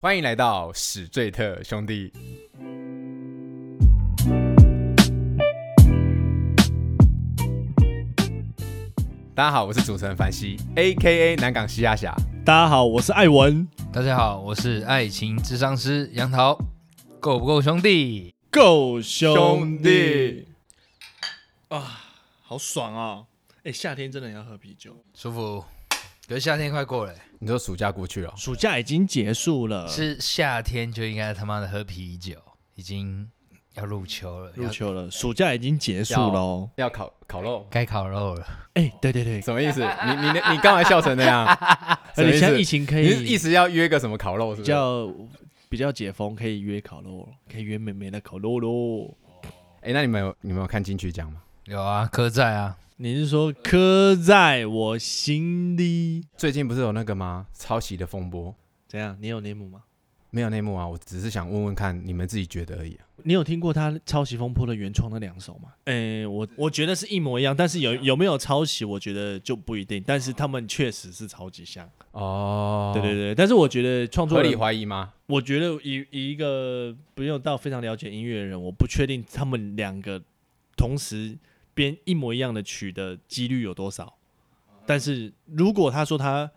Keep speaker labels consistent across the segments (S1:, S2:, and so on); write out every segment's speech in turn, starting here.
S1: 欢迎来到史最特兄弟。大家好，我是主持人凡西，A K A 南港西亚侠。
S2: 大家好，我是艾文，
S3: 大家好，我是爱情智商师杨桃，够不够兄弟？
S2: 够
S1: 兄
S2: 兄
S1: 弟
S2: 弟啊，好爽啊！哎、夏天真的要喝啤酒，
S3: 舒服。可是夏天快过了欸、
S1: 你说暑假过去了，
S2: 暑假已经结束了，
S3: 是夏天就应该他妈的喝啤酒，已经要入秋了，
S2: 入
S3: 要
S2: 秋了，暑假已经结束了哦。
S1: 要烤烤肉，
S3: 该烤肉了。
S2: 哎、对对对，
S1: 什么意思？你你那你干嘛笑成那样？什
S2: 而
S1: 么
S2: 且
S1: 意
S2: 现在疫
S1: 思？
S2: 情可
S1: 你是意
S2: 以
S1: 思要约个什么烤肉是
S2: 比
S1: 不是？
S2: 较比较解封，可以约烤肉，可以约妹妹的烤肉喽。
S1: 哎、那你们有你们有看金曲奖吗？
S3: 有啊，客在啊，
S2: 你是说刻在我心里？
S1: 最近不是有那个吗？抄袭的风波，
S2: 怎样？你有内幕吗？
S1: 没有内幕啊，我只是想问问看你们自己觉得而已、啊。
S2: 你有听过他抄袭风波的原创那两首吗？诶、我我觉得是一模一样，但是有有没有抄袭，我觉得就不一定。但是他们确实是超级像，
S1: 哦
S2: 对对对。但是我觉得创作
S1: 合理
S2: 人，
S1: 怀疑吗？
S2: 我觉得以以一个不用到非常了解音乐的人，我不确定他们两个同时编一模一样的曲的几率有多少。但是如果他说他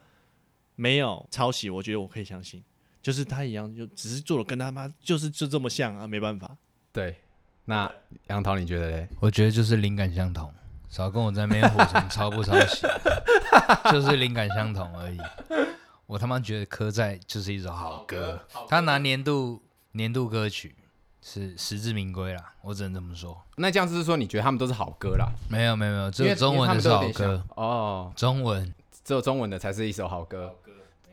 S2: 没有抄袭，我觉得我可以相信，就是他一样，就只是做的跟他妈就是就这么像啊，没办法。
S1: 对，那杨桃你觉得嘞？
S3: 我觉得就是灵感相同，少跟我在那边火 什么抄不抄袭，就是灵感相同而已。我他妈觉得客在就是一首好歌，他拿年度年度歌曲是实至名归啦，我只能这么说。
S1: 那这样就是说，你觉得他们都是好歌啦？
S3: 没有没有没有，只
S1: 因为
S3: 有中
S1: 因为他
S3: 文
S1: 们
S3: 的是
S1: 都有
S3: 好
S1: 点
S3: 歌
S1: 像，哦，
S3: 中文
S1: 只有中文的才是一首好歌，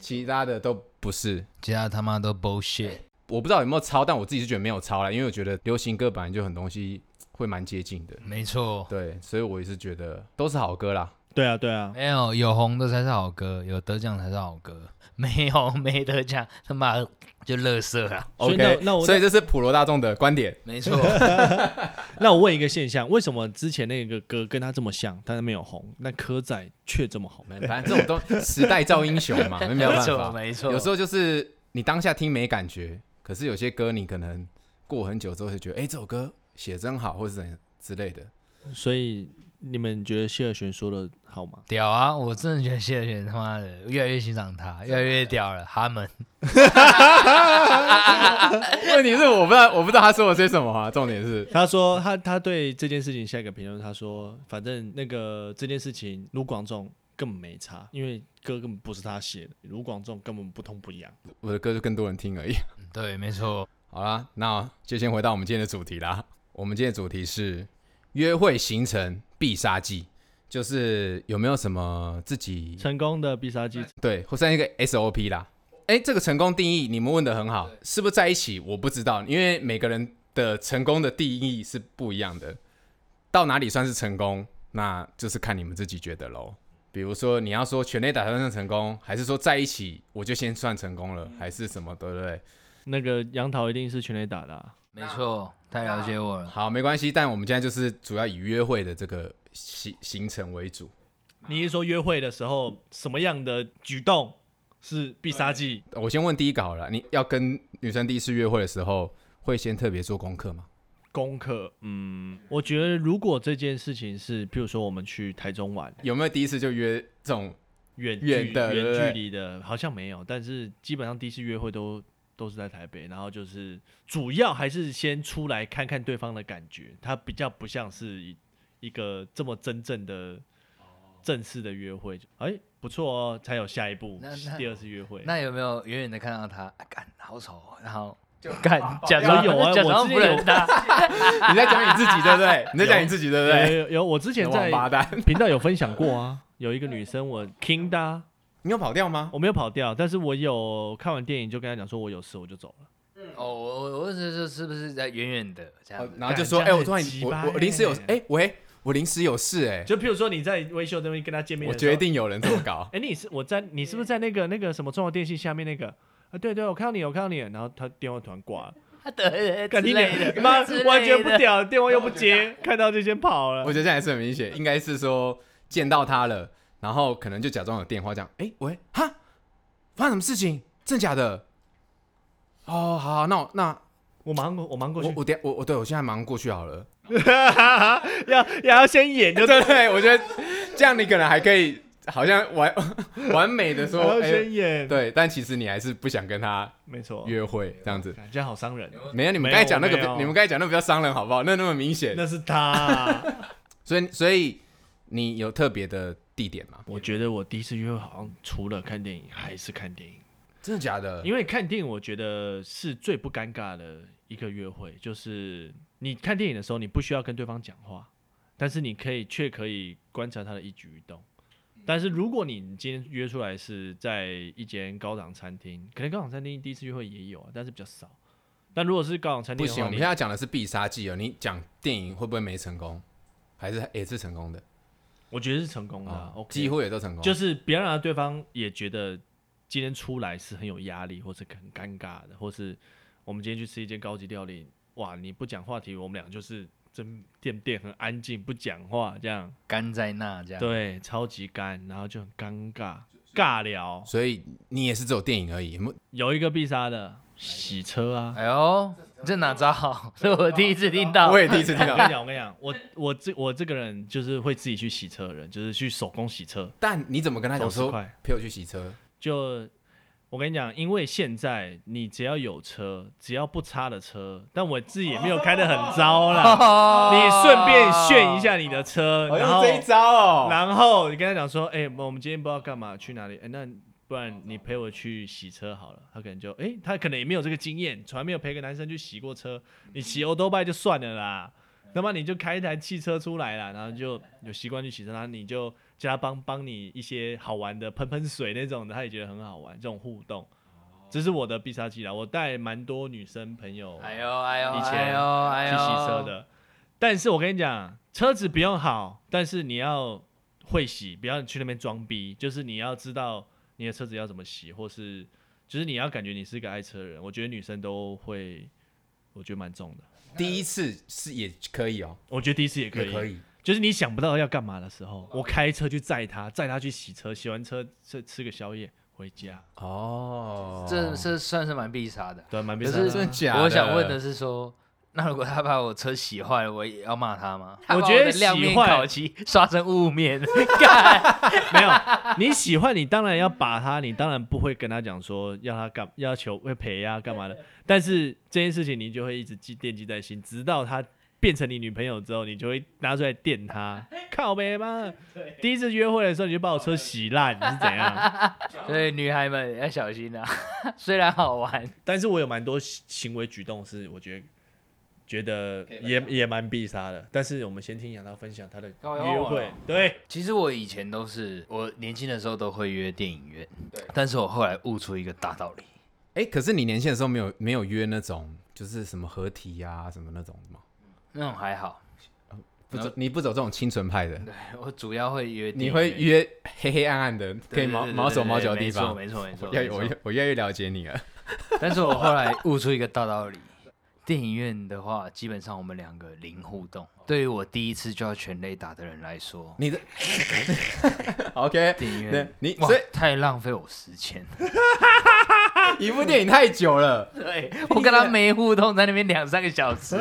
S1: 其他的都不是。
S3: 其他他妈都 bullshit。
S1: 我不知道有没有抄，但我自己是觉得没有抄啦，因为我觉得流行歌本来就很多东西会蛮接近的，
S3: 没错，
S1: 对，所以我也是觉得都是好歌啦。
S2: 对啊，对啊，
S3: 没有有红的才是好歌，有得奖才是好歌，没有没得奖他妈就乐色啊。
S2: 所
S1: OK，
S2: 以那那我
S1: 所以这是普罗大众的观点。
S3: 没 错，
S2: 那我问一个现象，为什么之前那个歌跟他这么像，但是没有红，那柯仔却这么红？
S1: 反正这种东时代造英雄 嘛，没有办
S3: 错，
S1: 法。
S3: 没错。
S1: 有时候就是你当下听没感觉，可是有些歌你可能过很久之后就觉得，哎、这首歌写真好，或是怎之类的。
S2: 所以你们觉得谢尔璇说的好吗？
S3: 屌啊！我真的觉得谢贤他妈的越来越欣赏他，越来越屌了。他们
S1: 问题是我不知道，我不知道他说了些什么啊。重点是，
S2: 他说他他对这件事情下一个评论，他说反正那个这件事情卢广仲根本没差，因为歌根本不是他写的，卢广仲根本不痛不痒。
S1: 我的歌就更多人听而已。
S3: 对，没错，
S1: 好啦，那就先回到我们今天的主题啦。我们今天的主题是约会行程必杀技，就是有没有什么自己
S2: 成功的必杀技，
S1: 对，或算一个 SOP 啦。哎，这个成功定义你们问的很好，是不是在一起？我不知道，因为每个人的成功的定义是不一样的。到哪里算是成功，那就是看你们自己觉得喽。比如说，你要说全垒打才算成功，还是说在一起我就先算成功了，还是什么，对不对？
S2: 那个杨桃一定是全垒打的啊、
S3: 没错，太了解我了。
S1: 好，没关系，但我们现在就是主要以约会的这个行行程为主。
S2: 你是说约会的时候什么样的举动是必杀技？
S1: 我先问第一个好了，你要跟女生第一次约会的时候，会先特别做功课吗？
S2: 功课，嗯，我觉得如果这件事情是，譬如说我们去台中玩，
S1: 有没有第一次就约这种
S2: 远距
S1: 远的对不对
S2: 远距离的，好像没有，但是基本上第一次约会都都是在台北，然后就是主要还是先出来看看对方的感觉，它比较不像是一一个这么真正的正式的约会，哎、不错哦，才有下一步
S3: 那那
S2: 第二次约会。
S3: 那有没有远远的看到他？啊干，好丑哦，然 后就干，假
S2: 有
S3: 装
S2: 有啊，
S3: 假
S2: 我
S3: 装
S2: 之
S3: 不
S2: 前有
S3: 认他。
S1: 你在讲你自己，对不对？你在讲你自己，对不对？
S2: 有有有，我之前在
S1: 王八蛋，
S2: 频道有分享过啊，有一个女生我 king 的啊、
S1: 你有跑掉吗？
S2: 我没有跑掉，但是我有看完电影就跟她讲说我有事我就走了，
S3: 哦，我我我是说是不是在远远的这样
S1: 哦
S3: 子？
S1: 然后就
S2: 干
S1: 说，
S2: 这
S1: 哎、
S2: 样
S1: 我突然
S2: 很，鸡
S1: 我
S2: 巴
S1: 我临时有，哎、
S2: 欸
S1: 喂，我临时有事、哎，
S2: 就譬如说你在微秀那边跟她见面，，
S1: 我决。定有人这么搞
S2: 哎、你是我在你是不是在那个那个什么中国电信下面那个啊？对对，我看到你，我看到你，然后她电话突然挂了，
S3: 啊对
S2: 干
S3: 之
S2: 你
S3: 类
S2: 脸
S3: 的，
S2: 妈
S3: 之类
S2: 完全不
S3: 的。
S2: 屌，电话又不接，看到就先跑了
S1: 我。觉得这样也是很明显，应该是说见到他了，然后可能就假装有电话这样，哎、喂，哈，发生什么事情？真假的？哦，好好，那我那
S2: 我忙过，我忙过
S1: 我
S2: 去，
S1: 我等下我我对我现在马上过去好了。
S2: 要要要先演就
S1: 对对对，我觉得这样你可能还可以，好像完 完美的 说，
S2: 要
S1: 哎、
S2: 先演，，
S1: 对，但其实你还是不想跟他
S2: 没错，
S1: 约会这样子。
S2: 感觉好伤人，
S1: 哦
S2: 哦
S1: 没有，你们
S2: 没
S1: 刚才
S2: 有
S1: 讲那个比
S2: 没有，
S1: 你们刚才讲那个比较伤人，好不好？那那么明显，
S2: 那是他 啊、
S1: 所以所以你有特别的地点吗？
S2: 我觉得我第一次约会好像除了看电影还是看电影，
S1: 真的假的？
S2: 因为看电影我觉得是最不尴尬的一个约会，就是你看电影的时候你不需要跟对方讲话，但是你可以却可以观察他的一举一动。但是如果你今天约出来是在一间高档餐厅，可能高档餐厅第一次约会也有啊，但是比较少。但如果是高档餐厅
S1: 不
S2: 的
S1: 行，我
S2: 话，
S1: 们
S2: 你
S1: 现在讲的是必杀技哦。你讲电影会不会没成功？还是也是成功的？
S2: 我觉得是成功的、啊
S1: 哦
S2: OK
S1: 几乎也都成功。
S2: 就是不要让对方也觉得今天出来是很有压力，或是很尴尬的，或是我们今天去吃一间高级料理，哇，你不讲话题，我们俩就是真店店很安静，不讲话这样，
S3: 干在那这样。
S2: 对，超级干，然后就很尴尬，尬聊。
S1: 所以你也是只有电影而 已。
S2: 有一个必杀的洗车啊，
S3: 哎呦，这哪招 好？这我第一次听到
S1: 我。也第一次听
S2: 我跟
S1: 到
S2: 你，讲，我跟你讲，我我这我这个人就是会自己去洗车的人，就是去手工洗车，
S1: 但你怎么跟他讲
S2: 手十
S1: 说
S2: 块。
S1: 陪我去洗车？
S2: 就我跟你讲，因为现在你只要有车，只要不差的车，但我自己也没有开得很糟 啦。
S3: 哦
S2: 你顺便炫一。下你的车，
S1: 哦
S2: 然后
S1: 招哦。
S2: 然后你跟他讲说，哎、我们今天不知道干嘛，去哪里？哎、那不然你陪我去洗车好了。他可能就，哎、他可能也没有这个经验，从来没有陪个男生去洗过车。你骑欧都拜就算了啦，那么你就开一台汽车出来啦，然后就有习惯去洗车，然后你就叫他帮帮你一些好玩的喷喷水那种的，他也觉得很好玩，这种互动。这是我的必杀技啦，我带蛮多女生朋友
S3: 哎呦哎呦，
S2: 以前
S3: 哎呦哎
S2: 去
S3: 呦，
S2: 洗车。的。但是我跟你讲，车子不用好，但是你要会洗，不要去那边装逼，就是你要知道你的车子要怎么洗，或是就是你要感觉你是个爱车人。我觉得女生都会，我觉得蛮重的。
S1: 第一次是也可以哦，
S2: 我觉得第一次也可
S1: 也
S2: 以，
S1: 可以。
S2: 就是你想不到要干嘛的时候，我开车去载她，载她去洗车，洗完车吃吃个宵夜回家，
S1: 哦，
S3: 这这算是蛮必杀的。
S2: 对，啊蛮
S3: 可
S2: 悲伤
S3: 是
S1: 真
S2: 的
S1: 的。假的？
S3: 我想问的是说，那如果他把我车洗坏了，我也要骂他吗？
S2: 我
S3: 他把
S2: 觉得
S3: 的亮面
S2: 洗坏
S3: 烤漆刷成雾面， 干
S2: 没有，你喜欢你当然要把他，你当然不会跟他讲说要他干要求会陪呀、干嘛的。但是这件事情你就会一直记惦记在心，直到他变成你女朋友之后，你就会拿出来电他，靠呗妈！第一次约会的时候你就把我车洗烂，你是怎样？
S3: 所以女孩们要小心啊！ 虽然好玩，
S2: 但是我有蛮多行行为举动是我觉得。觉得也也蛮必杀的，但是我们先听杨涛分享他的
S3: 搞笑
S2: 约
S3: 我
S2: 会
S3: 了，
S2: 对，
S3: 其实我以前都是，我年轻的时候都会约电影院，但是我后来悟出一个大道理，
S1: 哎、可是你年轻的时候没有没有约那种就是什么合体呀、什么那种的吗？
S3: 那种还好，
S1: 不走，你不走这种清纯派的，
S3: 对我主要会约电影
S1: 你
S3: 院，
S1: 会约黑黑暗暗的，可以
S3: 对对
S1: 毛
S3: 对
S1: 毛手
S3: 对
S1: 毛脚的
S3: 对
S1: 地方。
S3: 没错没错
S1: 要
S3: 没
S1: 有
S3: 错
S1: 我
S3: 没
S1: 越
S3: 错。
S1: 我越来越了解你了。
S3: 但是我后来悟出一个大道理，电影院的话，基本上我们两个零互动。
S2: 哦
S3: 对于我第一次就要全垒打的人来说，
S1: 你 的 OK，
S3: 电影
S1: 对
S3: 院
S1: 你
S3: 哇
S1: 所以
S3: 太浪费我时间 了。
S1: 一部电影太久 了，
S3: 对我跟他没互动，在那边两三个小 时，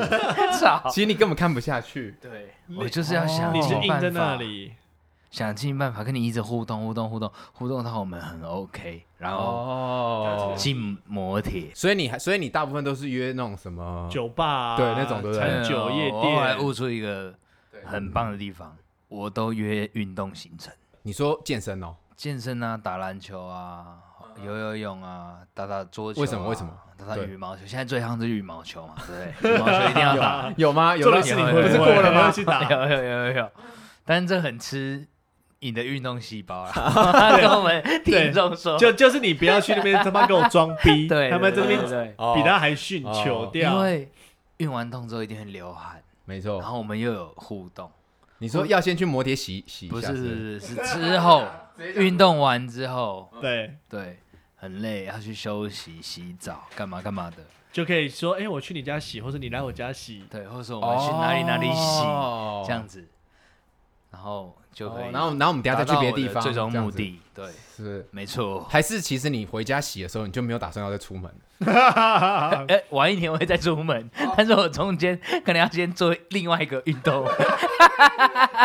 S3: 吵。
S1: 其实你根本看不下去。
S3: 对，我就是要想
S2: 你
S3: 尽
S2: 是
S3: 办法，
S2: 硬在那里，
S3: 想尽办法跟你一直互动，互动，互动，互动到我们很 OK，然后
S1: 哦，
S3: 进摩铁。
S1: 所以你还所以你大部分都是约那种什么？
S2: 酒吧、啊、
S1: 对那种对不对
S2: 餐酒夜
S3: 啊我后来
S2: 店，
S3: 悟出一个很棒的地方，我都约运动行程，
S1: 你说健身哦，
S3: 健身啊，打篮球啊，游游泳啊，打打桌
S1: 嗯
S3: 球、啊。
S1: 为什么为什么？
S3: 打打
S1: 对
S3: 羽毛球，现在最夯是羽毛球嘛，对不 对？羽毛球一定要打。
S1: 有吗？有
S2: 做
S1: 吗
S2: 的事
S3: 有
S2: 情
S3: 有？
S2: 会
S1: 不是
S2: 不
S1: 过
S2: 会
S1: 了吗
S2: 要？去打
S3: 有有有有有，但是这很吃你的运动细 胞啦。跟我们听众说，
S2: 就就是你不要去那边他妈给我装逼，
S3: 对，
S2: 他们这边
S3: 对对，
S1: 哦
S2: 比他还训球
S3: 对因
S2: 掉，
S3: 为运完动之后一定会流汗，
S1: 没
S3: 然
S1: 错。
S3: 后我们又有互动，
S1: 你说要先去摩铁洗洗
S3: 嗯不
S1: 一下，是
S3: 是
S1: 不是
S3: 是是之后运动完之后，
S2: 对，
S3: 对，很累，要去休息、洗澡，干嘛干嘛的，
S2: 就可以说，哎，我去你家洗，或者你来我家洗，
S3: 对，或者说我们去哪里哪里洗，这样子。然后就可以
S1: 哦然后然后我们等一下再去别的地方，
S3: 达到我的最终
S1: 这样
S3: 目
S1: 子
S3: 的。对，
S1: 是。
S3: 没错。
S1: 还是其实你回家洗的时候，你就没有打算要再出门？
S3: 哎，晚一点我会再出门，
S1: 哦
S3: 但是我中间可能要先做另外一个运动，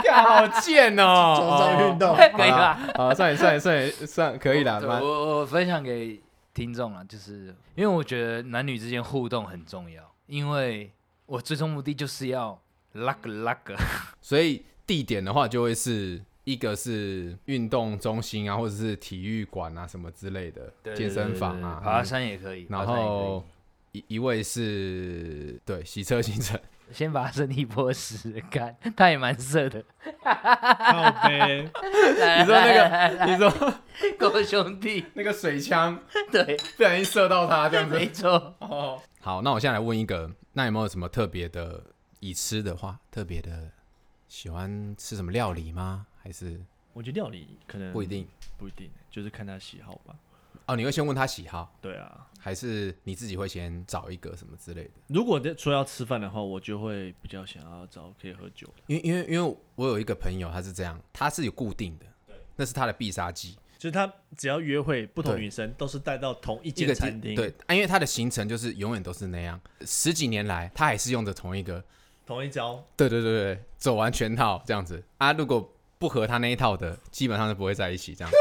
S1: 干好贱 哦！
S4: 床上运动，
S3: 可以
S1: 好
S3: 吧哦
S1: 啦？好，啊算了算了算了算了，可以啦。
S3: 对
S1: 啊蛮
S3: 我我分享给听众啊，就是因为我觉得男女之间互动很重要，因为我最终目的就是要拉个拉个，
S1: 所以地点的话，就会是一个是运动中心啊，或者是体育馆啊什么之类的，健身房啊。
S3: 爬山也可以，
S1: 然
S3: 爬山也可以
S1: 后一一位是对洗车行程，
S3: 先把他身体泼 湿，看他也蛮 色的。
S2: 靠背，
S1: 你
S3: 你
S1: 说那 个你说
S3: 狗兄弟，
S1: 那个水枪
S3: 对，
S1: 不小心射到 他这样子
S3: 没。错。
S1: 哦，好，那我现在来问一个，那有没有什么特别的以吃的话，特别的喜欢吃什么料理吗？还是
S2: 我觉得料理可能
S1: 不一定，
S2: 不一定，就是看他喜好吧。
S1: 哦？你会先问他喜好，
S2: 对啊，
S1: 还是你自己会先找一个什么之类的？
S2: 如果说要吃饭的话，我就会比较想要找可以喝酒的，
S1: 因为因为因为我有一个朋友，他是这样，他是有固定的，那是他的必杀技，
S2: 就是他只要约会，不同
S1: 对
S2: 女生都是带到同一
S1: 一
S2: 间
S1: 个
S2: 餐厅，
S1: 对，，啊因为他的行程就是永远都是那样，十几年来他还是用着同一个，
S2: 同一招，
S1: 对对对对，走完全套这样子啊，如果不合他那一套的，基本上是不会在一起这样，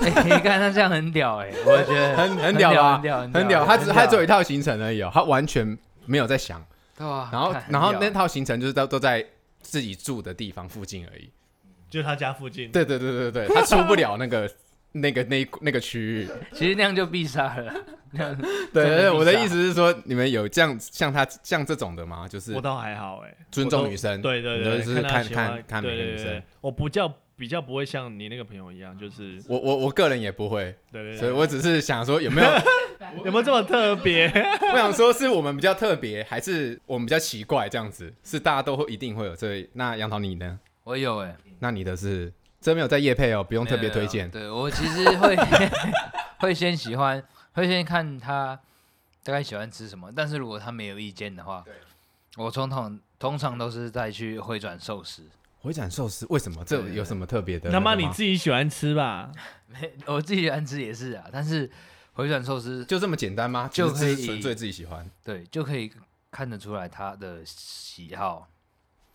S3: 哎，你看他这样很屌哎，我觉得
S1: 很很
S3: 很
S1: 屌吧，
S3: 很屌，
S1: 很屌，他只他只有一套行程而已哦，他完全没有在想，
S3: 对啊。
S1: 然后
S3: 看很
S1: 然后
S3: 屌
S1: 那套行程就是都都在自己住的地方附近而已，
S2: 就是他家附近。
S1: 对对对对对， 他出不了那个那个那一那个区域。
S3: 其实那样就必 杀了。
S1: 对
S3: 真的
S1: 对，对
S3: 必
S1: 我的
S3: 杀
S1: 意思是说，你们有这样像他像这种的吗？就是
S2: 我倒还好哎、
S1: 尊重女生，
S2: 对对
S1: 你
S2: 对，
S1: 就是
S2: 看
S1: 看看看每
S2: 对
S1: 个
S2: 对
S1: 女
S2: 对
S1: 生
S2: 对。，我不叫比较不会像你那个朋友一样，就是
S1: 我我我个人也不会，
S2: 对对
S1: 所以
S2: 对，
S1: 我只是想说有没 有，
S2: 有没有这么特别？
S1: 我想说是我们比较特别，还是我们比较奇怪这样子？是大家都会一定会有这。那杨桃你呢？
S3: 我有哎，
S1: 那你的是真没有在夜配哦，不用
S3: 没
S1: 特
S3: 有
S1: 别
S3: 没
S1: 推
S3: 有
S1: 荐。
S3: 对我其实 会会先喜欢，会先看他大概喜欢吃什么。但是如果他没有意见的话，我通常通常都是再去会转寿司。
S1: 回转寿司为什么？这
S3: 对
S1: 有什么特别的那
S2: 他
S1: 个吗？
S2: 妈你自己喜欢吃吧？
S3: 我自己喜欢吃也是啊，但是回转寿司
S1: 就这么简单吗？
S3: 就
S1: 只
S3: 可
S1: 是
S3: 以
S1: 纯粹自己喜欢
S3: 对就可以看得出来他的喜好，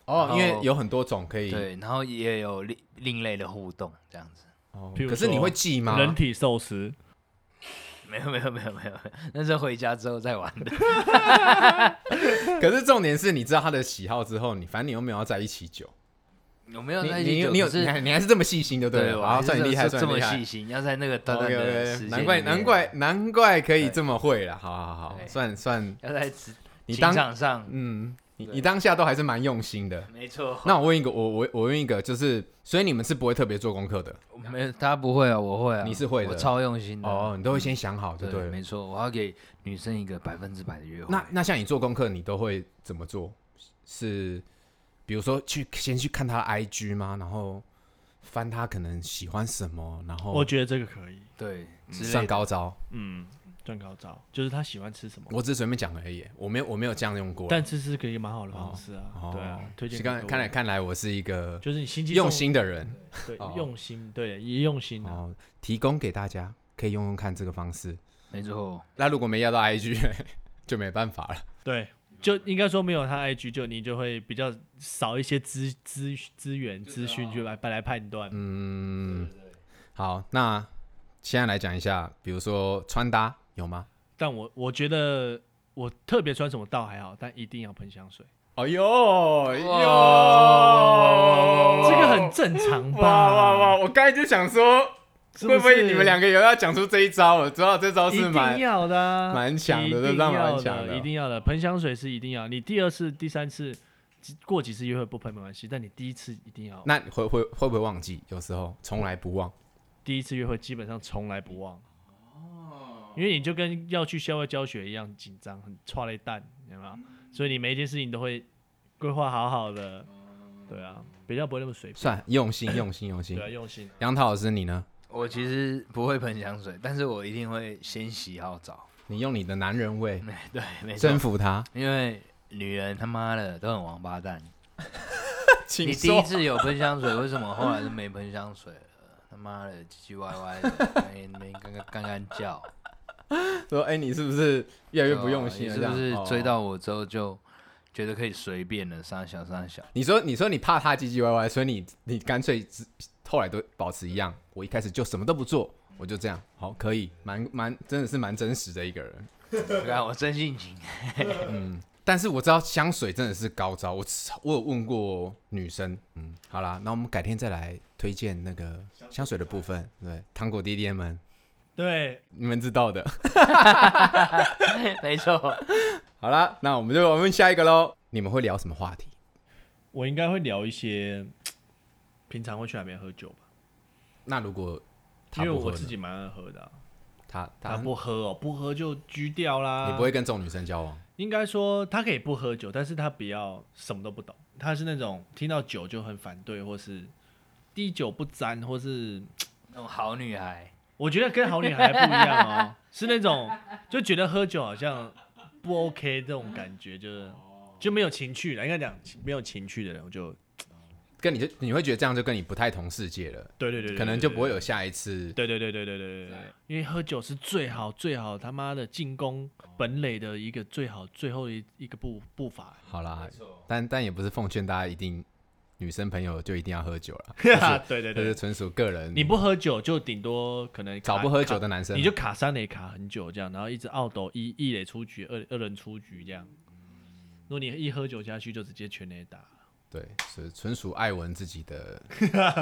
S1: 哦，因为
S3: 然后
S1: 有很多种可以。
S3: 对，然后也有另另类的互动这样子。
S1: 哦
S2: 譬如
S1: 可是你
S2: 说
S1: 会记吗？
S2: 人体寿司，
S3: 没有没有没有没有，那是回家之后再玩的。
S1: 可是重点是你知道他的喜好之后，你反正你又没有要在一起久，
S3: 有没有
S1: 你
S3: 在一
S1: 你
S3: 起
S1: 有
S3: 久
S1: 你有
S3: 可
S1: 你
S3: 是
S1: 还你还是这么细心就对
S3: 对，
S1: 了，
S3: 我
S1: 然后
S3: 还是
S1: 算你厉害，
S3: 这
S1: 算
S3: 这
S1: 你
S3: 么
S1: 厉害
S3: 细。心，要在那个短短
S1: OK
S3: 的时
S1: OK，
S3: 间
S1: 难怪
S3: 里面
S1: 难怪难怪可以
S3: 对
S1: 这么会了，好好好，
S3: 对
S1: 算算
S3: 要在职
S1: 你
S3: 情
S1: 当
S3: 场上，
S1: 嗯，你
S3: 对
S1: 你当下都还是蛮用心的。
S3: 没错。
S1: 那我问一个，我我我问一个，就是所以你们是不会特别做功课的
S3: 没有他不会啊，我会啊，
S1: 你是会的
S3: 我超用心的
S1: 哦，你都会先想好就
S3: 对
S1: 对了。
S3: 没错，我要给女生一个百分之百的约会。
S1: 那那像你做功课，你都会怎么做？是比如说去先去看他的 IG 吗？然后翻他可能喜欢什么，然后
S2: 我觉得这个可以，
S3: 对之类
S1: 算
S3: 的
S1: 高招。
S2: 嗯，赚高招，就是他喜欢吃什么，
S1: 我只是随便讲而已，我没有我没有这样用过。
S2: 但吃是可以蛮好的方式啊，
S1: 哦
S2: 对啊，推荐
S1: 是
S2: 给
S1: 看
S2: 各位
S1: 看来看来我是一个
S2: 就是你心机
S1: 用
S2: 重，
S1: 心的人
S2: 对
S1: 哦，
S2: 用心，对，也用心啊，
S1: 哦，提供给大家可以用用看这个方式。
S3: 没错，
S1: 那如果没要到 IG 就没办法了。
S2: 对，就应该说没有他 IG，就你就会比较少一些资资资源资讯去来来判断，
S1: 啊嗯，好，那现在来讲一下，比如说穿搭有吗？
S2: 但我我觉得我特别穿什么倒还好，但一定要喷香水，
S1: 哎呦
S2: 这
S1: 哟，
S2: 个很正常吧？
S1: 哦哇哇哇！我刚才就想说，
S2: 是
S1: 会不会
S2: 是
S1: 你们两个有要讲出这一招？我知道这招
S2: 一
S1: 是
S2: 定
S1: 蛮
S2: 要的啊，
S1: 蛮强的
S2: 一
S1: 这
S2: 定
S1: 张蛮
S2: 要
S1: 强的
S2: 一定要的。喷香水是一定要，你第二次、第三次几过几次约会不喷没关系，但你第一次一定要。
S1: 那你会会会不会忘记？有时候从来不忘。
S2: 第一次约会基本上从来不忘，因为你就跟要去校外教学一样紧张，很踹了一蛋，有没有？所以你每一件事情都会规划好好的，对啊，比较不会那么随便，
S1: 算用心，用心，用心
S2: 对啊，。用心。
S1: 杨桃老师，你呢？
S3: 我其实不会喷香水，但是我一定会先洗好澡。
S1: 你用你的男人味
S3: 没 对，没错
S1: 征，服他，
S3: 因为女人他妈的都很王八蛋，
S1: 请
S3: 你第一
S1: 说。
S3: 次有喷香水，为什么后来就没喷香水了？他妈的，唧唧歪歪的，没没干干干干叫，
S1: 说，哎，你是不是越来越不用心了？
S3: 对啊你
S1: 这
S3: 是不
S1: 样
S3: 是追？
S1: 哦
S3: 到我之后就觉得可以随便了？三小三小，
S1: 你说，你说你怕他唧唧歪歪，所以你你干脆只后来都保持一样。我一开始就什么都不做，我就这样。好，可以，蛮蛮真的是蛮真实的一个人。
S3: 你看啊我真性情，
S1: 但是我知道香水真的是高招，我我有问过女生，嗯，好啦，那我们改天再来推荐那个香水的部分。对，糖果弟弟们，
S2: 对，
S1: 你们知道的。
S3: 没错。
S1: 好啦，那我们就我们下一个喽。你们会聊什么话题？
S2: 我应该会聊一些嗯平常会去哪边喝酒吧，
S1: 那如果他
S2: 因为
S1: 不喝
S2: 我
S1: 呢
S2: 自己蛮爱喝的啊、
S1: 他
S2: 他不啊喝哦，不喝就狙掉啦。
S1: 你不会跟这种女生交往？
S2: 应该说他可以不喝酒，但是他不要什么都不懂。他是那种听到酒就很反对，或是滴酒不沾，或是
S3: 那种好女孩，
S2: 我觉得跟好女孩不一样哦，是那种就觉得喝酒好像不 OK 这种感觉，就是就没有情趣了。应该讲没有情趣的人，我就
S1: 跟你就你会觉得这样就跟你不太同世界了，
S2: 对对对对
S1: 可能就不会
S2: 有。
S1: 有下一次。
S2: 对对对对对对对对，因为喝酒是最好最好他妈的进攻本垒的一个最好最后一一个步步伐。
S1: 好啦，但但也不是奉劝大家一定女生朋友就一定要喝酒了，
S2: 对对
S1: 这
S2: 对
S1: 是，纯属个人。
S2: 你不喝酒就顶多可能卡
S1: 找不喝酒的男
S2: 卡
S1: 生，
S2: 你就卡三垒卡很久这样，然后一直懊斗一一垒出局，二二人出局这样。如果你一喝酒下去，就直接全垒打。
S1: 对，是纯属艾文自己 的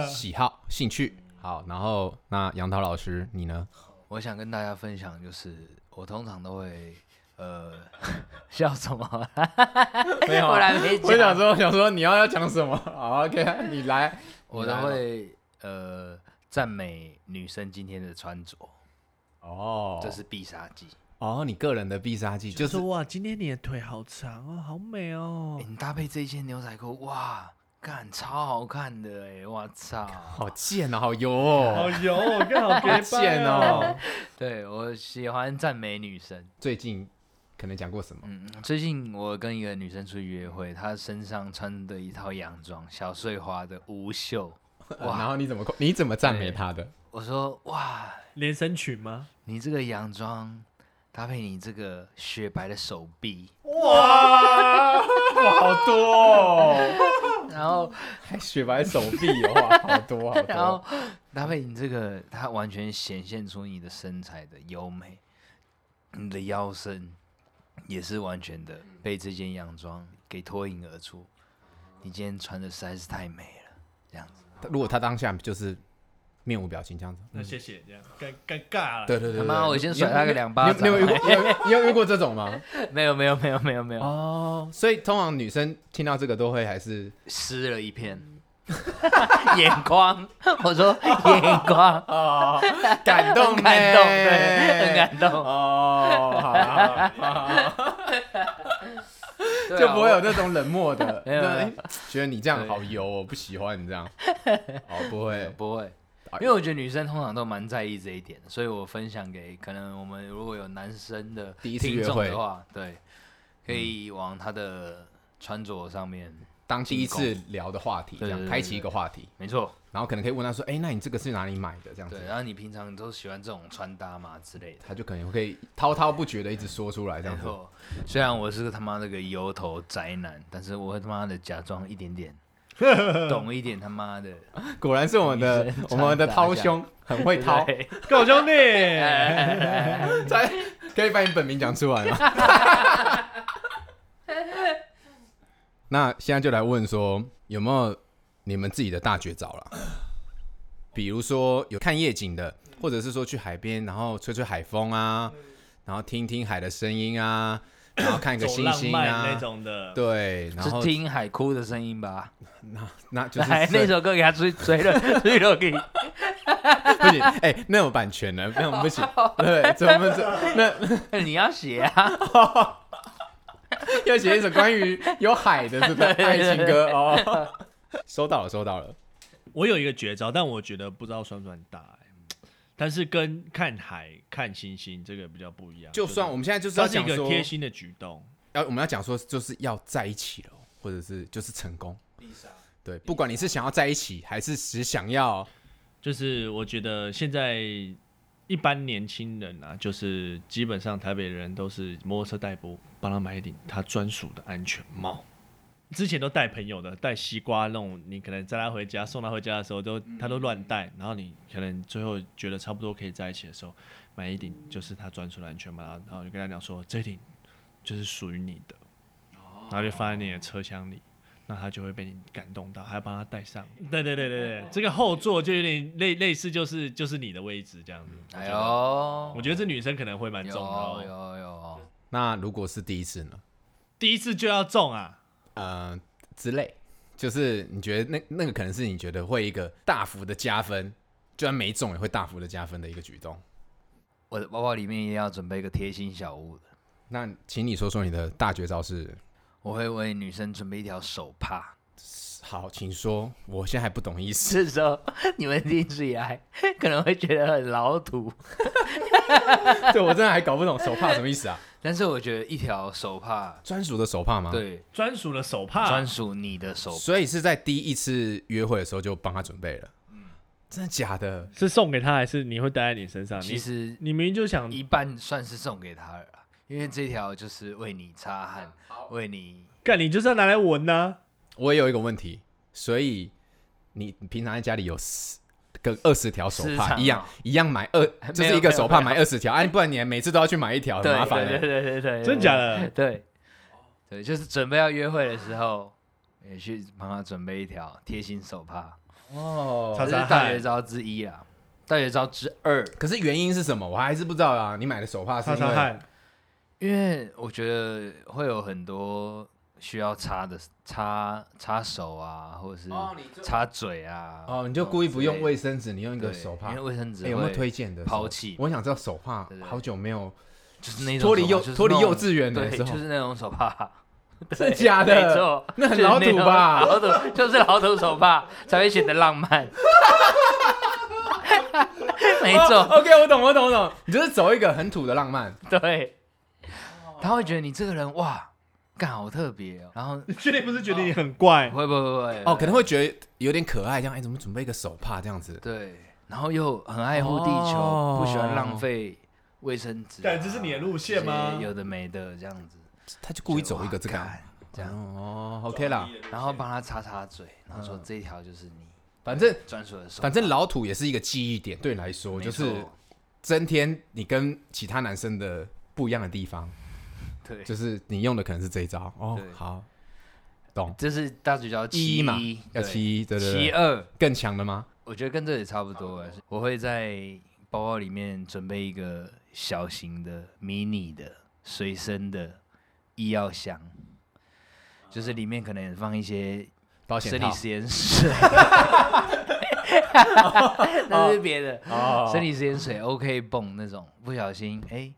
S1: 喜好兴趣。好，然后那杨桃老师你呢？
S3: 我想跟大家分享，就是我通常都会，呃， 笑什么？ 啊
S1: 没有啊
S3: 我来没
S1: 我想
S3: 讲，
S1: 说，想说你要要讲什么？好，OK，你来。
S3: 我都会呃赞美女生今天的穿着，
S1: 哦，
S3: 这是必杀技。
S1: 哦，你个人的必杀技就是
S2: 哇，今天你的腿好长哦，好美哦
S3: 诶。你搭配这一件牛仔裤，哇，干超好看的哎，我操！
S1: 好贱哦，好油哦。
S2: 油，更好
S1: 好贱哦！
S3: 对我喜欢赞美女生。
S1: 最近可能讲过什么？
S3: 嗯，最近我跟一个女生出去约会，她身上穿的一套洋装，小碎花的无袖。哇
S1: 然后你怎么你怎么赞美他的？
S3: 我说哇，
S2: 连身裙吗？
S3: 你这个洋装搭配你这个雪白的手臂，
S1: 哇，哇，好多哦！
S3: 然后
S1: 还雪白手臂哦，哇，好多好
S3: 然
S1: 多
S3: 后。搭配你这个，它完全显现出你的身材的优美，你的腰身也是完全的被这件洋装给脱颖而出。你今天穿的实在是太美了，这样子。
S1: 如果他当下就是面无表情这样子，
S2: 那谢谢，这样尴尴尬
S1: 嗯
S2: 了。
S1: 对对对，
S3: 他妈，我先甩他个两巴
S1: 巴
S3: 掌
S1: 你有。你有遇过 你有你有遇过这种吗？
S3: 没有没有没有没有没有，
S1: 哦，所以通常女生听到这个都会还是
S3: 湿了一片。 眼光，我 说眼光，
S1: 哦感动
S3: 很感动，对，很感动。
S1: 哦，好啦好啦，
S3: 啊
S1: 就不会有那种冷漠的，
S3: 没有没有
S1: 对觉得你这样好油哦，我不喜欢你这样， 哦不会，
S3: 不会，
S1: 哎
S3: 因为我觉得女生通常都蛮在意这一点的，所以我分享给可能我们如果有男生的
S1: 第一次
S3: 听
S1: 约
S3: 众
S1: 会嗯
S3: 的话，对，可以往他的穿着上面，
S1: 当第一次聊的话题，这
S3: 对
S1: 样
S3: 对对
S1: 开启一个话题，
S3: 没错，
S1: 然后可能可以问他说，哎，那你这个是哪里买的？这样子
S3: 对。，然后你平常都喜欢这种穿搭嘛之类的，
S1: 他就可能会滔滔不绝的一直说出来这样
S3: 没
S1: 子，
S3: 错。虽然我是个他妈那个油头宅男，但是我会他妈的假装一点 点。懂一点他妈的，
S1: 果然是我们的
S3: 女生
S1: 我们的
S3: 常打
S1: 涛
S3: 架
S1: 兄很会掏，
S3: 对
S2: 够兄弟，
S1: 哎才可以把你本名讲出来吗？ 那现在就来问说，有没有你们自己的大绝招了？比如说有看夜景的，或者是说去海边，然后吹吹海风啊，然后听听海的声音啊，然后看个
S2: 走
S1: 星
S2: 浪
S1: 星
S2: 漫那
S1: 啊，
S2: 种的。
S1: 对，然
S3: 是
S1: 后
S3: 听海哭的声音吧？
S1: 那 那就是
S3: 来，那首歌给他追追了，追了给
S1: 不行，哎、那有版权的，那我们不 行，对，怎么这那
S3: 你要写啊，
S1: 要写一首关于有海的这个爱情歌哦。收到了，收到了。
S2: 我有一个绝招，但我觉得不知道算不算大、欸，但是跟看海、看星星这个比较不一样。
S1: 就算我
S2: 们
S1: 们现在就是
S2: 它
S1: 要
S2: 是一
S1: 讲
S2: 个
S1: 说，
S2: 贴心的举动，
S1: 要我们要讲说，就是要在一起了，或者是就是成功，对，不管你是想要在一起，还是只想要
S2: 就是我觉得现在一般年轻人啊，就是基本上台北人都是摩托车代步，帮他买一顶他专属的安全帽。之前都带朋友的，带西瓜那种，你可能载他回家，送他回家的时候都他都乱带，然后你可能最后觉得差不多可以在一起的时候，买一顶就是他专属的安全帽，然后就跟他讲说这顶就是属于你的，然后就放在你的车厢里。那他就会被你感动到，还要帮他戴上。对对对对对，这个后座就有点类类似，就是就是你的位置这样子。
S3: 哎呦，
S2: 我觉得这女生可能会蛮
S3: 有
S2: 重的
S3: 有
S2: 哦，
S3: 有有，
S1: 那如果是第一次呢？
S2: 第一次就要中啊，
S1: 呃之类，就是你觉得那那个可能是你觉得会一个大幅的加分，就算没中也会大幅的加分的一个举动。
S3: 我的包包里面也要准备一个贴心小物的，
S1: 那请你说说你的大绝招是？
S3: 我会为女生准备一条手帕。
S1: 好，请说，我现在还不懂意思。
S3: 这时候你们听起来可能会觉得很老土，
S1: 对我真的还搞不懂手帕什么意思 啊？
S3: 但是我觉得一条手帕，
S1: 专属的手帕吗？，
S3: 对，
S2: 专属的手帕，
S3: 专属你的手帕，
S1: 所以是在第一次约会的时候就帮他准备了。
S3: 嗯
S1: 真的假的？
S2: 是送给他，还是你会戴在你身上？
S3: 其实
S2: 你你明明就想
S3: 一半算是送给他了啦，因为这条就是为你擦汗，为你
S2: 干，你就是要拿来闻呐、
S1: 我也有一个问题，所以你平常在家里有十个二十条手
S3: 市
S1: 帕，
S3: 场
S1: 一样
S3: 哦
S1: 一样买 二，就
S3: 没
S1: 是
S3: 有
S1: 一个
S3: 没有
S1: 手帕
S3: 没有
S1: 买二十条，哎，不然你每次都要去买一条，很
S3: 对
S1: 麻烦欸
S3: 对
S1: 的。
S3: 对对对对，
S2: 真假的？
S3: 对，对，就是准备要约会的时候，也去帮他准备一条贴心手帕，
S1: 哦
S2: 擦
S3: 这
S2: 擦
S3: 是
S2: 汗
S3: 大绝招之一啦。大绝招之二，
S1: 可是原因是什么？我还是不知道啊。你买的手帕是
S2: 擦
S1: 因
S2: 擦
S1: 为
S2: 汗，
S3: 因为我觉得会有很多需要擦的，擦擦手啊，或者是擦嘴啊。
S1: 哦，你就故意不用卫
S3: 生
S1: 生纸，你用一个手帕
S3: 因为。卫生纸
S1: 哎有没有
S3: 会
S1: 推荐的
S3: 抛
S1: 手
S3: 弃
S1: 我想知道手帕
S3: 对对
S1: 好久没 有，
S3: 就是那种
S1: 脱离幼
S3: 手帕就是
S1: 脱离
S3: 那种
S1: 幼稚园的
S3: 对，
S1: 时候
S3: 就是那种手帕。
S1: 真 假的哦
S3: 没
S1: 那
S3: 错，
S1: 很
S3: 就是
S1: 老土吧
S3: 老土就是老土手帕才会显得 浪漫。没
S1: 哦
S3: 错，
S1: OK，我懂，我懂，我懂。你就是走一个很土的浪漫，
S3: 对，他会觉得你这个人哇，干好特别哦。然后
S2: 你确定不是觉得你很怪？
S3: 会不会不会
S1: 哦，可能会觉得有点可爱，这样，哎，怎么准备一个手帕这样子？
S3: 对，然后又很爱护地球，
S1: 哦
S3: 不喜欢浪费卫生纸、啊。
S2: 干这是你的路线吗
S3: 这些有的没的这样子，
S1: 他就故意走一个这个
S3: 哇
S1: 啊
S3: 干这样，啊
S1: 哦，OK 啦，
S3: 然后帮他擦擦嘴，然后说这一条就是你
S1: 反正
S3: 专属的手帕。
S1: 反正老土也是一个记忆点，对你来说
S3: 没
S1: 就是
S3: 错
S1: 增添你跟其他男生的不一样的地方，
S3: 对，
S1: 就是你用的可能是这一招哦
S3: 对。
S1: 好，懂
S3: 这是大嘴角
S1: 一
S3: 一
S1: 嘛，要
S3: 对
S1: 七一，对对
S3: 其
S1: 对，
S3: 二，
S1: 更强的吗？
S3: 我觉得跟这也差不多了。我会在包包里面准备一个小型的、迷你的、随身的医药箱，就是里面可能放一些
S1: 保险
S3: 生理
S1: 套
S3: 实验水， 那是别的。
S1: 哦
S3: 生理实验水 OK 泵那种，不小心哎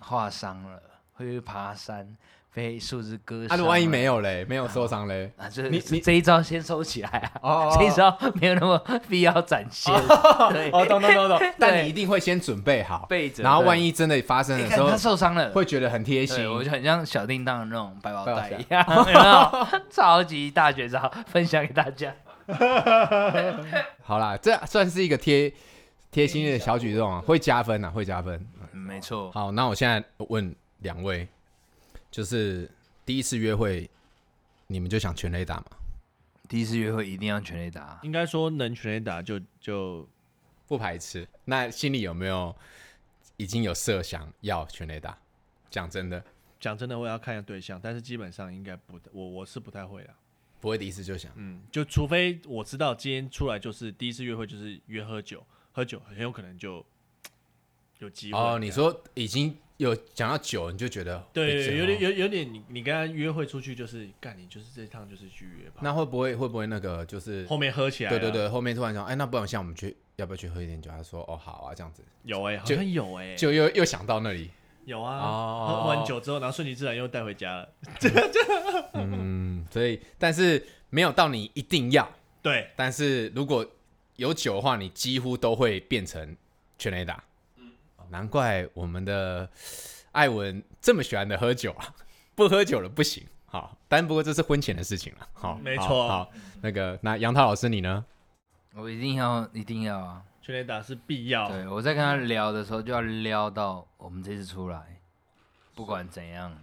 S3: 划伤了，会去爬山，被树枝割
S1: 啊，
S3: 伤
S1: 如
S3: 了。
S1: 果万一没有嘞，没有受伤嘞，
S3: 啊，就是
S1: 你你
S3: 这一招先收起来啊，
S1: 哦
S3: 这一招没有那么必要展现。对，
S1: 哦，懂懂懂懂，但
S3: 对
S1: 你一定会先准备好，
S3: 备着
S1: 然后
S3: 对
S1: 万一真的发生
S3: 你
S1: 的
S3: 看
S1: 时候
S3: 他，受伤了，
S1: 会觉得很贴心
S3: 对，。我就很像小叮当的那种百宝
S1: 百宝
S3: 袋
S1: 袋
S3: 一样， 有没有超级大绝招分享给大家。
S1: 好啦，这算是一个贴贴心的小举动啊，会加分啊，会加分。
S3: 嗯没错，
S1: 好，那我现在问两位，就是第一次约会，你们就想全垒打吗？
S3: 第一次约会一定要全力打，
S2: 应该说能全力打就就
S1: 不排斥。那心里有没有已经有设想要全垒打？讲真的，
S2: 讲真的，我也要看对象，但是基本上应该不，我我是不太会啦。
S1: 不会第一次就想。
S2: 嗯，就除非我知道今天出来就是第一次约会，就是约喝酒，喝酒很有可能就有机会。
S1: 哦，你说已经有讲到酒，你就觉得
S2: 对对，有点。
S1: 哎这哦
S2: 有有点，你你跟他约会出去就是干，你就是这一趟就是去约吧。
S1: 那会不会会不会那个就是
S2: 后面喝起来，啊
S1: 对对，对，后面突然想，哎，那不然像我们去要不要去喝一点酒？他说哦好啊，这样子
S2: 有哎、好
S1: 就
S2: 像有哎、
S1: 就又又想到那里。
S2: 有啊。
S1: 哦
S2: 喝完酒之后，然后顺其自然又带回家了。
S1: 嗯，所以但是没有到你一定要，
S2: 对，
S1: 但是如果有酒的话，你几乎都会变成全垒打。
S2: 嗯
S1: 难 怪我们的艾文这么喜欢的喝酒啊，不喝酒了不行。好，但不过这是婚前的事情了。好，
S2: 没
S1: 好
S2: 错
S1: 好，那个，那杨涛老师你呢？
S3: 我一定要，一定要啊！
S2: 全垒打是必要。
S3: 对我在跟他聊的时候，就要撩到我们这次出来，不管怎样，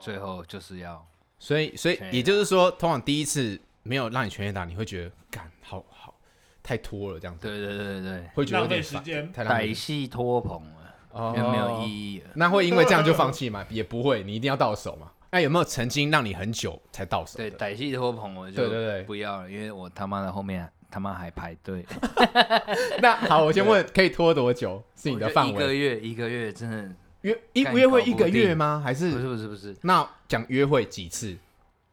S3: 最后就是要
S1: 所以，所以
S3: 全垒打
S1: 也就是说，通常第一次没有让你全垒打，你会觉得干好好太拖了，这样子，
S3: 对对对对
S1: 会觉得有
S2: 浪费
S1: 点
S2: 时
S1: 烦
S2: 间
S1: 太
S3: 对，
S1: 浪费时
S3: 歹
S1: 间
S3: 戏拖棚了，
S1: 哦
S3: 就没有意义了。
S1: 那会因为这样就放弃吗？也不会，你一定要到手 嘛。那有没有曾经让你很久才到手的？
S3: 对，歹戏拖棚我
S1: 对
S3: 就
S1: 对对
S3: 不要了，因为我他妈的后面他妈还排队，
S1: 那好，我先问，可以拖多久是你
S3: 我
S1: 的
S3: 就
S1: 范
S3: 一个
S1: 围？
S3: 月一个月真的
S1: 约一
S3: 干
S1: 约会
S3: 搞不
S1: 一个月
S3: 定
S1: 吗？还
S3: 不是
S1: 是
S3: 不是不是，
S1: 那讲约会几次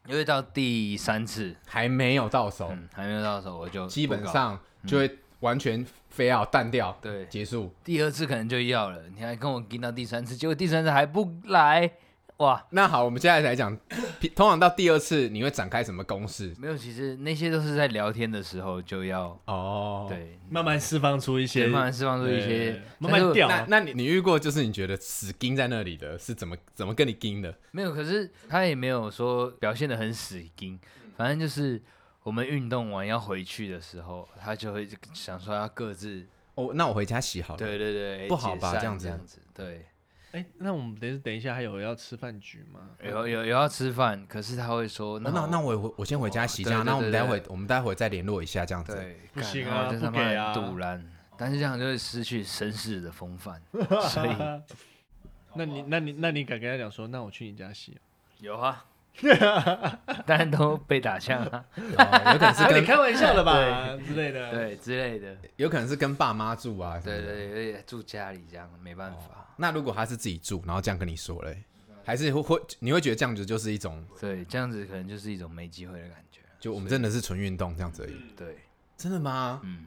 S3: 因为到第三次，
S1: 还没有到手，
S3: 嗯，还没有到手我就
S1: 基
S3: 不
S1: 本
S3: 搞嗯
S1: 上就会完全非要淡掉，
S3: 对
S1: 结束。
S3: 第二次可能就要了，你还跟我跟到第三次，结果第三次还不来，哇！
S1: 那好，我们现在来讲， 通常到第二次你会展开什么攻势？
S3: 没有，其实那些都是在聊天的时候就要、
S1: 哦，。
S3: 对，
S2: 慢慢释放出一些，
S3: 先慢慢释放出一些
S2: 对，慢慢
S3: 但是
S2: 掉
S1: 那那你你遇过就是你觉得死盯在那里的是怎么怎么跟你盯的？
S3: 没有，可是他也没有说表现的很死硬，反正就是我们运动完要回去的时候，他就会想说要各自，
S1: 哦，那我回家洗好了。
S3: 对对对，
S1: 不好吧这
S3: 解散这
S1: 样子
S3: 样子，对，
S2: 哎，那我们等一等一下还有要吃饭局吗？
S3: 有有有要吃饭，可是他会说，
S1: 哦那
S3: 我
S1: 那我我我先回家洗一下，
S3: 对对
S1: 那我们
S3: 对
S1: 待
S3: 对
S1: 会我们待会再联络一下这样子。
S3: 对，
S2: 不
S3: 干
S2: 行
S3: 然后
S2: 啊
S3: 真
S2: 不
S3: 他妈
S2: 给
S3: 的
S2: 啊
S3: 堵然，但是这样就会失去绅士的风范，所 以
S2: 那你那你那你敢跟他讲说，那我去你家洗？
S3: 有 啊，但都被打枪啊，
S1: 哦有可能 是
S2: 啊你
S1: 跟
S2: 开玩笑的吧之类的。，
S3: 对之类的，
S1: 有可能是跟爸妈住啊。
S3: 对。对对，而且住家里这样没办法，
S1: 那如果他是自己住，然后这样跟你说嘞，还是会会你会觉得这样子就是一种，
S3: 对，这样子可能就是一种没机会的感觉，
S1: 就我们真的是纯运动这样子而已。
S3: 对，
S1: 真的吗？
S3: 嗯，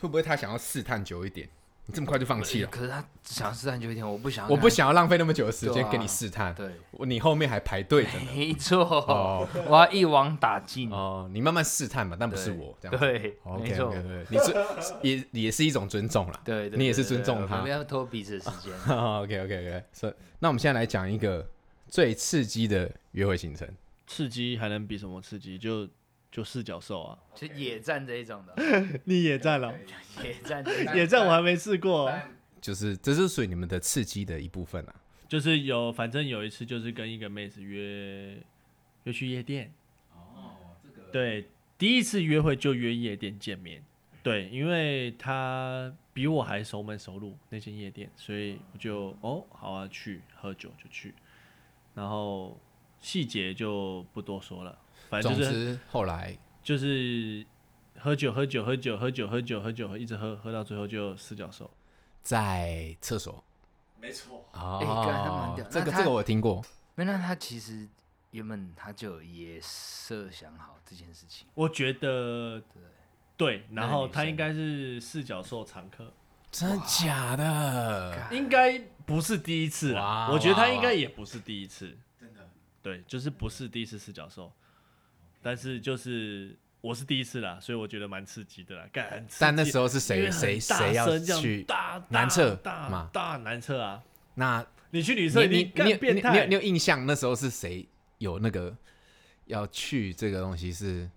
S1: 会不会他想要试探久一点？你这么快就放弃了？
S3: 可是他想试探就一天，我不想，
S1: 我不，想要浪费那么久的时
S3: 对
S1: 间
S3: 啊
S1: 给你试探，
S3: 对，
S1: 我你后面还排队 着呢。
S3: 没错，
S1: 哦
S3: 我要一网打尽，
S1: 哦，你慢慢试探嘛，但不是
S3: 对
S1: 我这样子。
S3: 对，没
S1: OK
S3: 错
S1: OK，。对你尊也也是 一种尊重啦。
S3: 对，对
S1: 你也是
S3: 对对
S1: 尊重
S3: 我们
S1: 他
S3: 不要拖彼此时间。
S1: OK OK OK，所、以那我们现在来讲一个最刺激的约会行程。
S2: 刺激还能比什么刺激？就就四角兽啊！
S3: 就野战这一种的，
S2: 你野战了，
S3: 野战这 一种
S2: 野战我还没试过。
S1: 就是这是属于你们的刺激的一部分啊。
S2: 就是有，反正有一次就是跟一个妹子约约去夜店。哦，这个对，第一次约会就约夜店见面。对，因为她比我还熟门熟路那间夜店，所以我就哦好啊去喝酒就去，然后细节就不多说了，反正
S1: 总
S2: 啊就是
S1: 之后来
S2: 就是喝酒喝酒喝酒喝酒喝酒喝酒，一直喝喝到最后就四角兽。
S1: 在厕所
S2: 没错，
S1: 哦
S3: 哎干他蛮屌
S1: 这个
S3: 那他
S1: 这个我听过，
S3: 没有，那他其实原本他就也设想好这件事情，
S2: 我觉得对，
S3: 那
S2: 然
S3: 个
S2: 后
S3: 女
S2: 他
S3: 生
S2: 应该是四角兽常客，
S1: 真的假的？
S3: 干
S2: 应该不是第一次啦
S1: 啊哇。
S2: 我觉得
S1: 哇
S2: 他应该也不是第一次，真的，对，就是不是第一次四角兽，但是就是我是第一次啦，所以我觉得蛮刺激的啦，干很刺激。
S1: 但那时候是
S2: 因为
S1: 谁谁
S2: 很大
S1: 谁要
S2: 声这样
S1: 去？
S2: 大
S1: 男厕
S2: 大
S1: 嘛
S2: 大大男厕啊？
S1: 那
S2: 你去女
S1: 你
S2: 厕
S1: 你
S2: 干
S1: 你有
S2: 变
S1: 你有你有
S2: 态
S1: 你，有印象那时候是谁有那个要去这个东西是？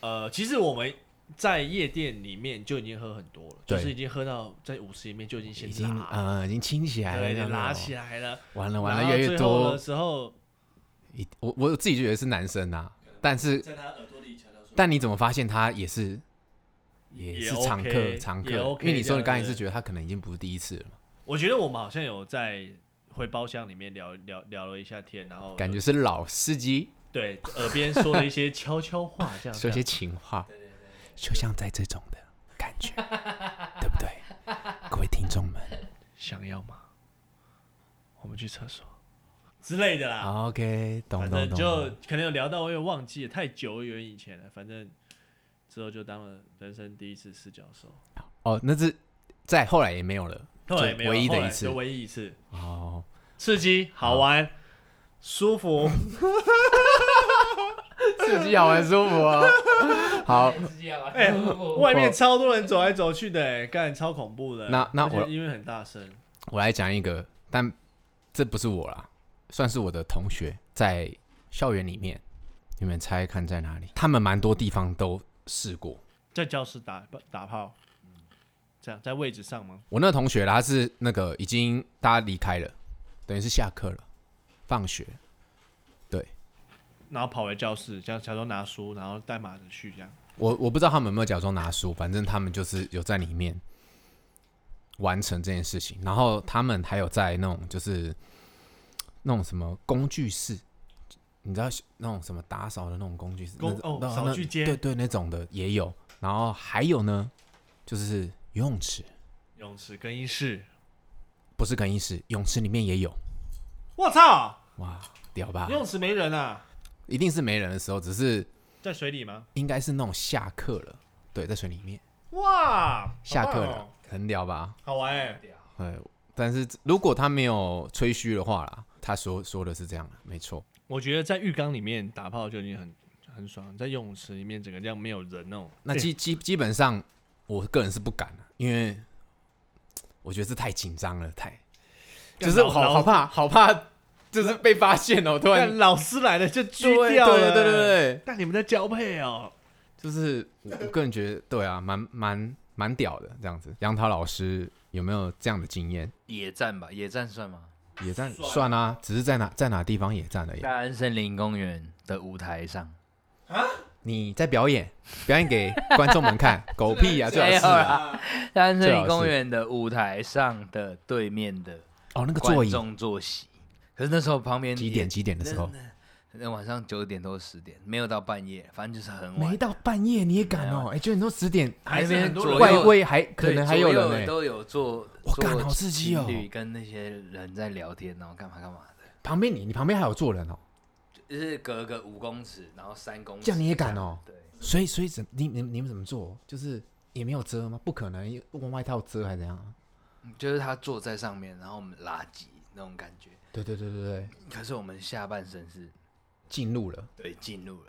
S2: 呃，其实我们在夜店里面就已经喝很多了，就
S1: 对
S2: 是已经喝到在舞池里面就已经先
S1: 已经
S2: 拉，
S1: 呃已经亲起来了，
S2: 对，
S1: 这样子
S2: 拉
S1: 哦
S2: 起来了，
S1: 完了完
S2: 然
S1: 了，
S2: 后
S1: 越来越
S2: 最后
S1: 多
S2: 的时候，
S1: 一我我自己觉得是男生啊，但是
S2: 在他耳朵里悄悄说，
S1: 但你怎么发现他也是也是常客
S2: OK，
S1: 常客？
S2: 也 OK
S1: 因为你说你刚才
S2: 这样
S1: 是
S2: 子
S1: 觉得他可能已经不是第一次了嘛，
S2: 我觉得我们好像有在回包厢里面聊聊聊了一下天，然后
S1: 感觉是老司机
S2: 对耳边说了一些悄悄话，这样子
S1: 说些情话，就像在这种的感觉，对不对？ 各位听众 们
S2: 想要吗？我们去厕所之类的啦。
S1: 好，OK，懂
S2: 反
S1: 懂
S2: 正
S1: 懂
S2: 就
S1: 懂。
S2: 可能有聊到，我也忘记了，太久远以前了。反正之后就当了人生第一次四角兽，
S1: 哦，那是在后来也没有了
S2: 后来也没有，
S1: 唯一的
S2: 后来
S1: 一次
S2: 就唯一一次，
S1: 哦。
S2: 刺激、好玩、舒服。
S1: 刺激好玩舒服哦。好，
S2: 哎，外面超多人走来走去的，哎，干超恐怖的。
S1: 那那
S2: 而且
S1: 我
S2: 因为很大声，
S1: 我来讲一个，但这不是我啦，算是我的同学在校园里面，你们猜看在哪里？他们蛮多地方都试过。
S2: 在教室打打炮，这样在位置上吗？
S1: 我那个同学啦他是那个已经大家离开了，等于是下课了，放学。
S2: 然后跑回教室，这样假装拿书，然后带马子去这样。
S1: 我我不知道他们有没有假装拿书，反正他们就是有在里面完成这件事情。然后他们还有在那种就是那种什么工具室，你知道那种什么打扫的那种工具室，
S2: 工
S1: 那种
S2: 哦
S1: 那
S2: 扫具间
S1: 那对对那种的也有。然后还有呢，就是游泳池，
S2: 泳池、更衣室，
S1: 不是更衣室，泳池里面也有。
S2: 我操！
S1: 哇，屌吧
S2: 游！泳池没人啊，
S1: 一定是没人的时候，只是
S2: 在水里吗？
S1: 应该是那种下课了，对，在水里面
S2: 哇，
S1: 下课
S2: 好棒
S1: 了
S2: 哦，
S1: 很屌吧？
S2: 好玩哎！
S1: 哎，但是如果他没有吹嘘的话啦，他说说的是这样，没错。
S2: 我觉得在浴缸里面打炮就已经很很爽，在游泳池里面整个这样没有人哦。
S1: 那基基基本上，我个人是不敢的，啊因为我觉得这太紧张了，太
S2: 干
S1: 就是
S2: 老
S1: 好
S2: 老
S1: 好怕，好怕就是被发现哦，突 然
S2: 但老师来了就狙
S1: 对对
S2: 掉了，
S1: 对对对对，
S2: 但你们在交配哦，
S1: 就是我我个人觉得，对啊，蛮蛮蛮屌的这样子。杨桃老师有没有这样的经验？
S3: 野战吧，野战算吗？
S1: 野战算啊，只是在哪在哪地方野战而已。
S3: 大安森林公园的舞台上，
S1: 你在表演，表演给观众们看，狗屁 啊，最好是
S2: 哎
S1: 啊、
S3: 大安森林公园的舞台上的对面的
S1: 哦，那个座
S3: 观
S1: 椅
S3: 众坐席。可是那时候旁边
S1: 几点？几点的时候，
S3: 那晚上九点多十点，没有到半夜，反正就是很晚
S1: 没。到半夜你也敢哦？哎、就你都十点，
S2: 还是
S3: 那边
S2: 很多
S3: 左
S2: 人
S3: 右
S1: 外围还可
S3: 对
S1: 能还有人
S3: 左
S1: 呢、
S3: 右都有坐，
S1: 我干
S3: 坐
S1: 好刺激哦
S3: 情侣跟那些人在聊天，然后干嘛干嘛的，
S1: 旁边你你旁边还有坐人哦，
S3: 就是隔个五公尺，然后三公尺，
S1: 这样你也敢哦？
S3: 对，
S1: 所以所以怎你你你们怎么做？就是也没有遮吗？不可能，用外套遮还是怎样啊？
S3: 就是他坐在上面，然后我们拉几那种感觉。
S1: 对对对对对，
S3: 可是我们下半身是
S1: 进入了。
S3: 对进入了，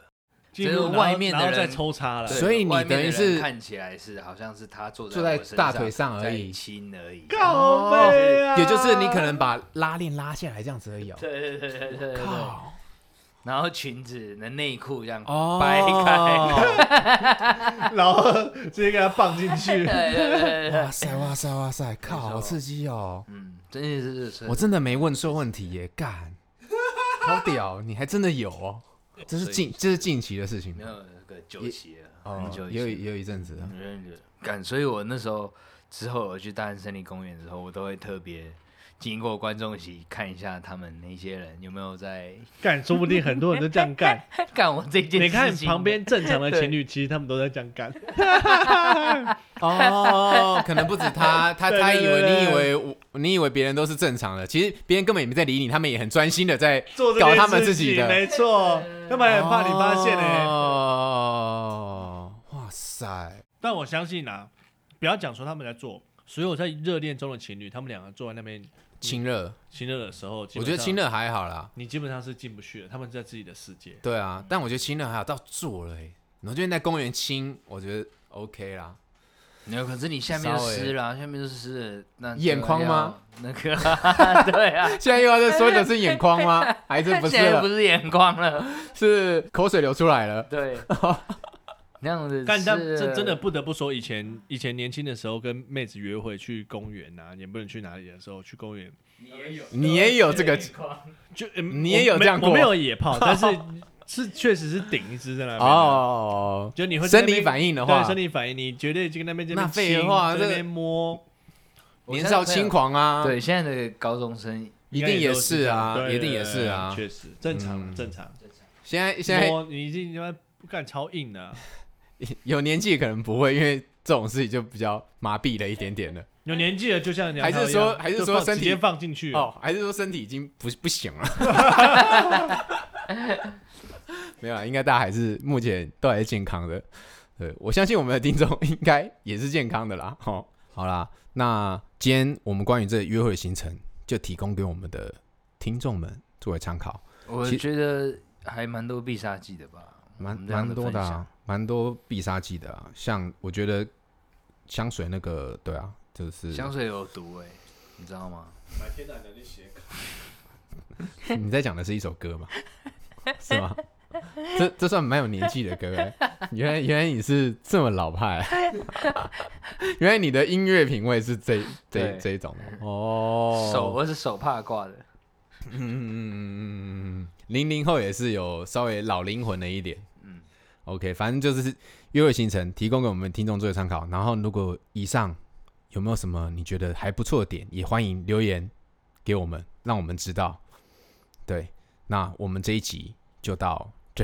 S2: 进入
S3: 就是
S2: 然后
S3: 外面的
S2: 然后再
S3: 人
S2: 抽插了，
S3: 对
S1: 所以你
S3: 外面的
S1: 等于
S3: 人
S1: 是
S3: 看起来是好像是他坐
S1: 坐
S3: 在
S1: 在
S3: 我身
S1: 大腿上而
S3: 在
S1: 已
S3: 亲而已。
S2: 靠背啊，
S1: 也就是你可能把拉链拉下来这样子而已哦。
S3: 对对对对对对对
S1: 靠！
S3: 然后裙子、的内裤这样
S1: 哦
S3: 掰开，
S2: 然后 直接给他放 进去，
S3: 对对对对对，
S1: 哇塞哇塞哇塞！靠，
S3: 没错
S1: 好刺激哦！
S3: 嗯，真的是是，
S1: 我真的没问错问题耶，干，好屌！你还真的有哦，这是近这是近期的事情
S3: 没
S1: 吗，
S3: 有那个酒席了，很
S1: 哦，
S3: 久以
S1: 也有
S3: 前
S1: 也有一 阵子了。
S3: 嗯，感，所以我那时候之后我去大安森林公园的时候，我都会特别经过观众席看一下他们那些人有没有在
S2: 干，说不定很多人都这 样干。
S3: 干我这件事情。
S2: 你看旁边正常的
S3: 对
S2: 情侣，其实他们都在这样干。
S1: 哦，可能不止 他，他
S2: 对
S1: 他
S2: 对
S1: 以
S2: 对
S1: 为
S2: 对
S1: 你以为我，你以为别人都是正常的，其实别人根本也没在理你，他们也很专心的在
S2: 做这
S1: 搞
S2: 件
S1: 他们
S2: 事
S1: 自己
S2: 情
S1: 的，
S2: 没错，他们很怕你发现欸呢、
S1: 哦，哇塞，
S2: 但我相信啊，不要讲说他们在做，所有在热恋中的情侣，他们两个坐在那边
S1: 亲热，
S2: 嗯亲热的时候，
S1: 我觉得亲
S2: 热
S1: 热还好啦。
S2: 你基本上是进不去的，他们在自己的世界。
S1: 对啊，但我觉得亲热还好，到做了欸，然后就在公园亲，我觉得 OK 啦。
S3: 没有，可是你下面就湿了啊，下面就湿了， 那就
S1: 眼眶吗
S3: 要？那个啊对 啊，
S1: 现在又要再说的是眼眶 吗？还是不是
S3: 现在
S1: 了
S3: 不？是眼眶了，
S1: 是口水流出来了。
S3: 对， 那样子。
S2: 但但真真的，不得不说，以前以前年轻的时候跟妹子约会去公园啊，也不能去哪里的时候去公园，
S1: 你也有这个，
S2: 就、呃
S1: 你也有这样
S2: 我没
S1: 过
S2: 我没有野炮，但是是确实是顶一只在那边啊。
S1: 哦，
S2: 就你会在
S1: 生
S2: 那边
S1: 理反应的话
S2: 对，生理反应，你绝对就跟那边这边
S1: 那废
S2: 亲
S1: 话
S2: 在那
S1: 这
S2: 边摸，
S3: 我
S1: 年
S3: 现在
S1: 少
S3: 朋友
S1: 轻狂啊，，
S3: 对现在的高中生
S1: 一
S2: 应该
S1: 定也
S2: 都是
S1: 是啊
S2: 这，样
S1: 一定也是啊
S2: 对。确实正常
S1: 嗯
S2: 正常。
S1: 现在现在
S2: 摸你已经他妈不干超硬的啊，
S1: 有年纪可能不会，因为这种事情就比较麻痹了一点点了。
S2: 有年纪了就像你
S1: 还是说还是说身体
S2: 直接放进去
S1: 哦，还是说身体已经不不行了？ 没有啊，应该大家还是目前都还是健康的。对，我相信我们的听众应该也是健康的啦。哦，好啦，那今天我们关于这约会的行程就提供给我们的听众们作为参考，
S3: 我
S1: 其
S3: 觉得还蛮多必杀技的吧，
S1: 蛮
S3: 我们这样
S1: 蛮多的、
S3: 分享
S1: 啊，蛮多必杀技的啊。像我觉得香水那个，对啊，就是
S3: 香水有毒哎、你知道吗？
S1: 你在讲的是一首歌吗？是吗？这这算蛮有年纪的歌哎，原来原来你是这么老 派，原来你的音乐品味是这这
S3: 对
S1: 这一种的哦。
S3: 手我是手帕挂的，
S1: 嗯嗯嗯嗯嗯嗯，零零后也是有稍微老灵魂了一点。嗯
S3: 嗯
S1: ，OK，反正就是约会行程提供给我们听众做参考。然后，如果以上有没有什么你觉得还不错的点，也欢迎留言给我们，让我们知道。对，那我们这一集就到这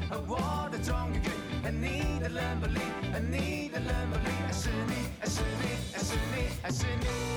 S4: I see me, I see me, I see me, I see me.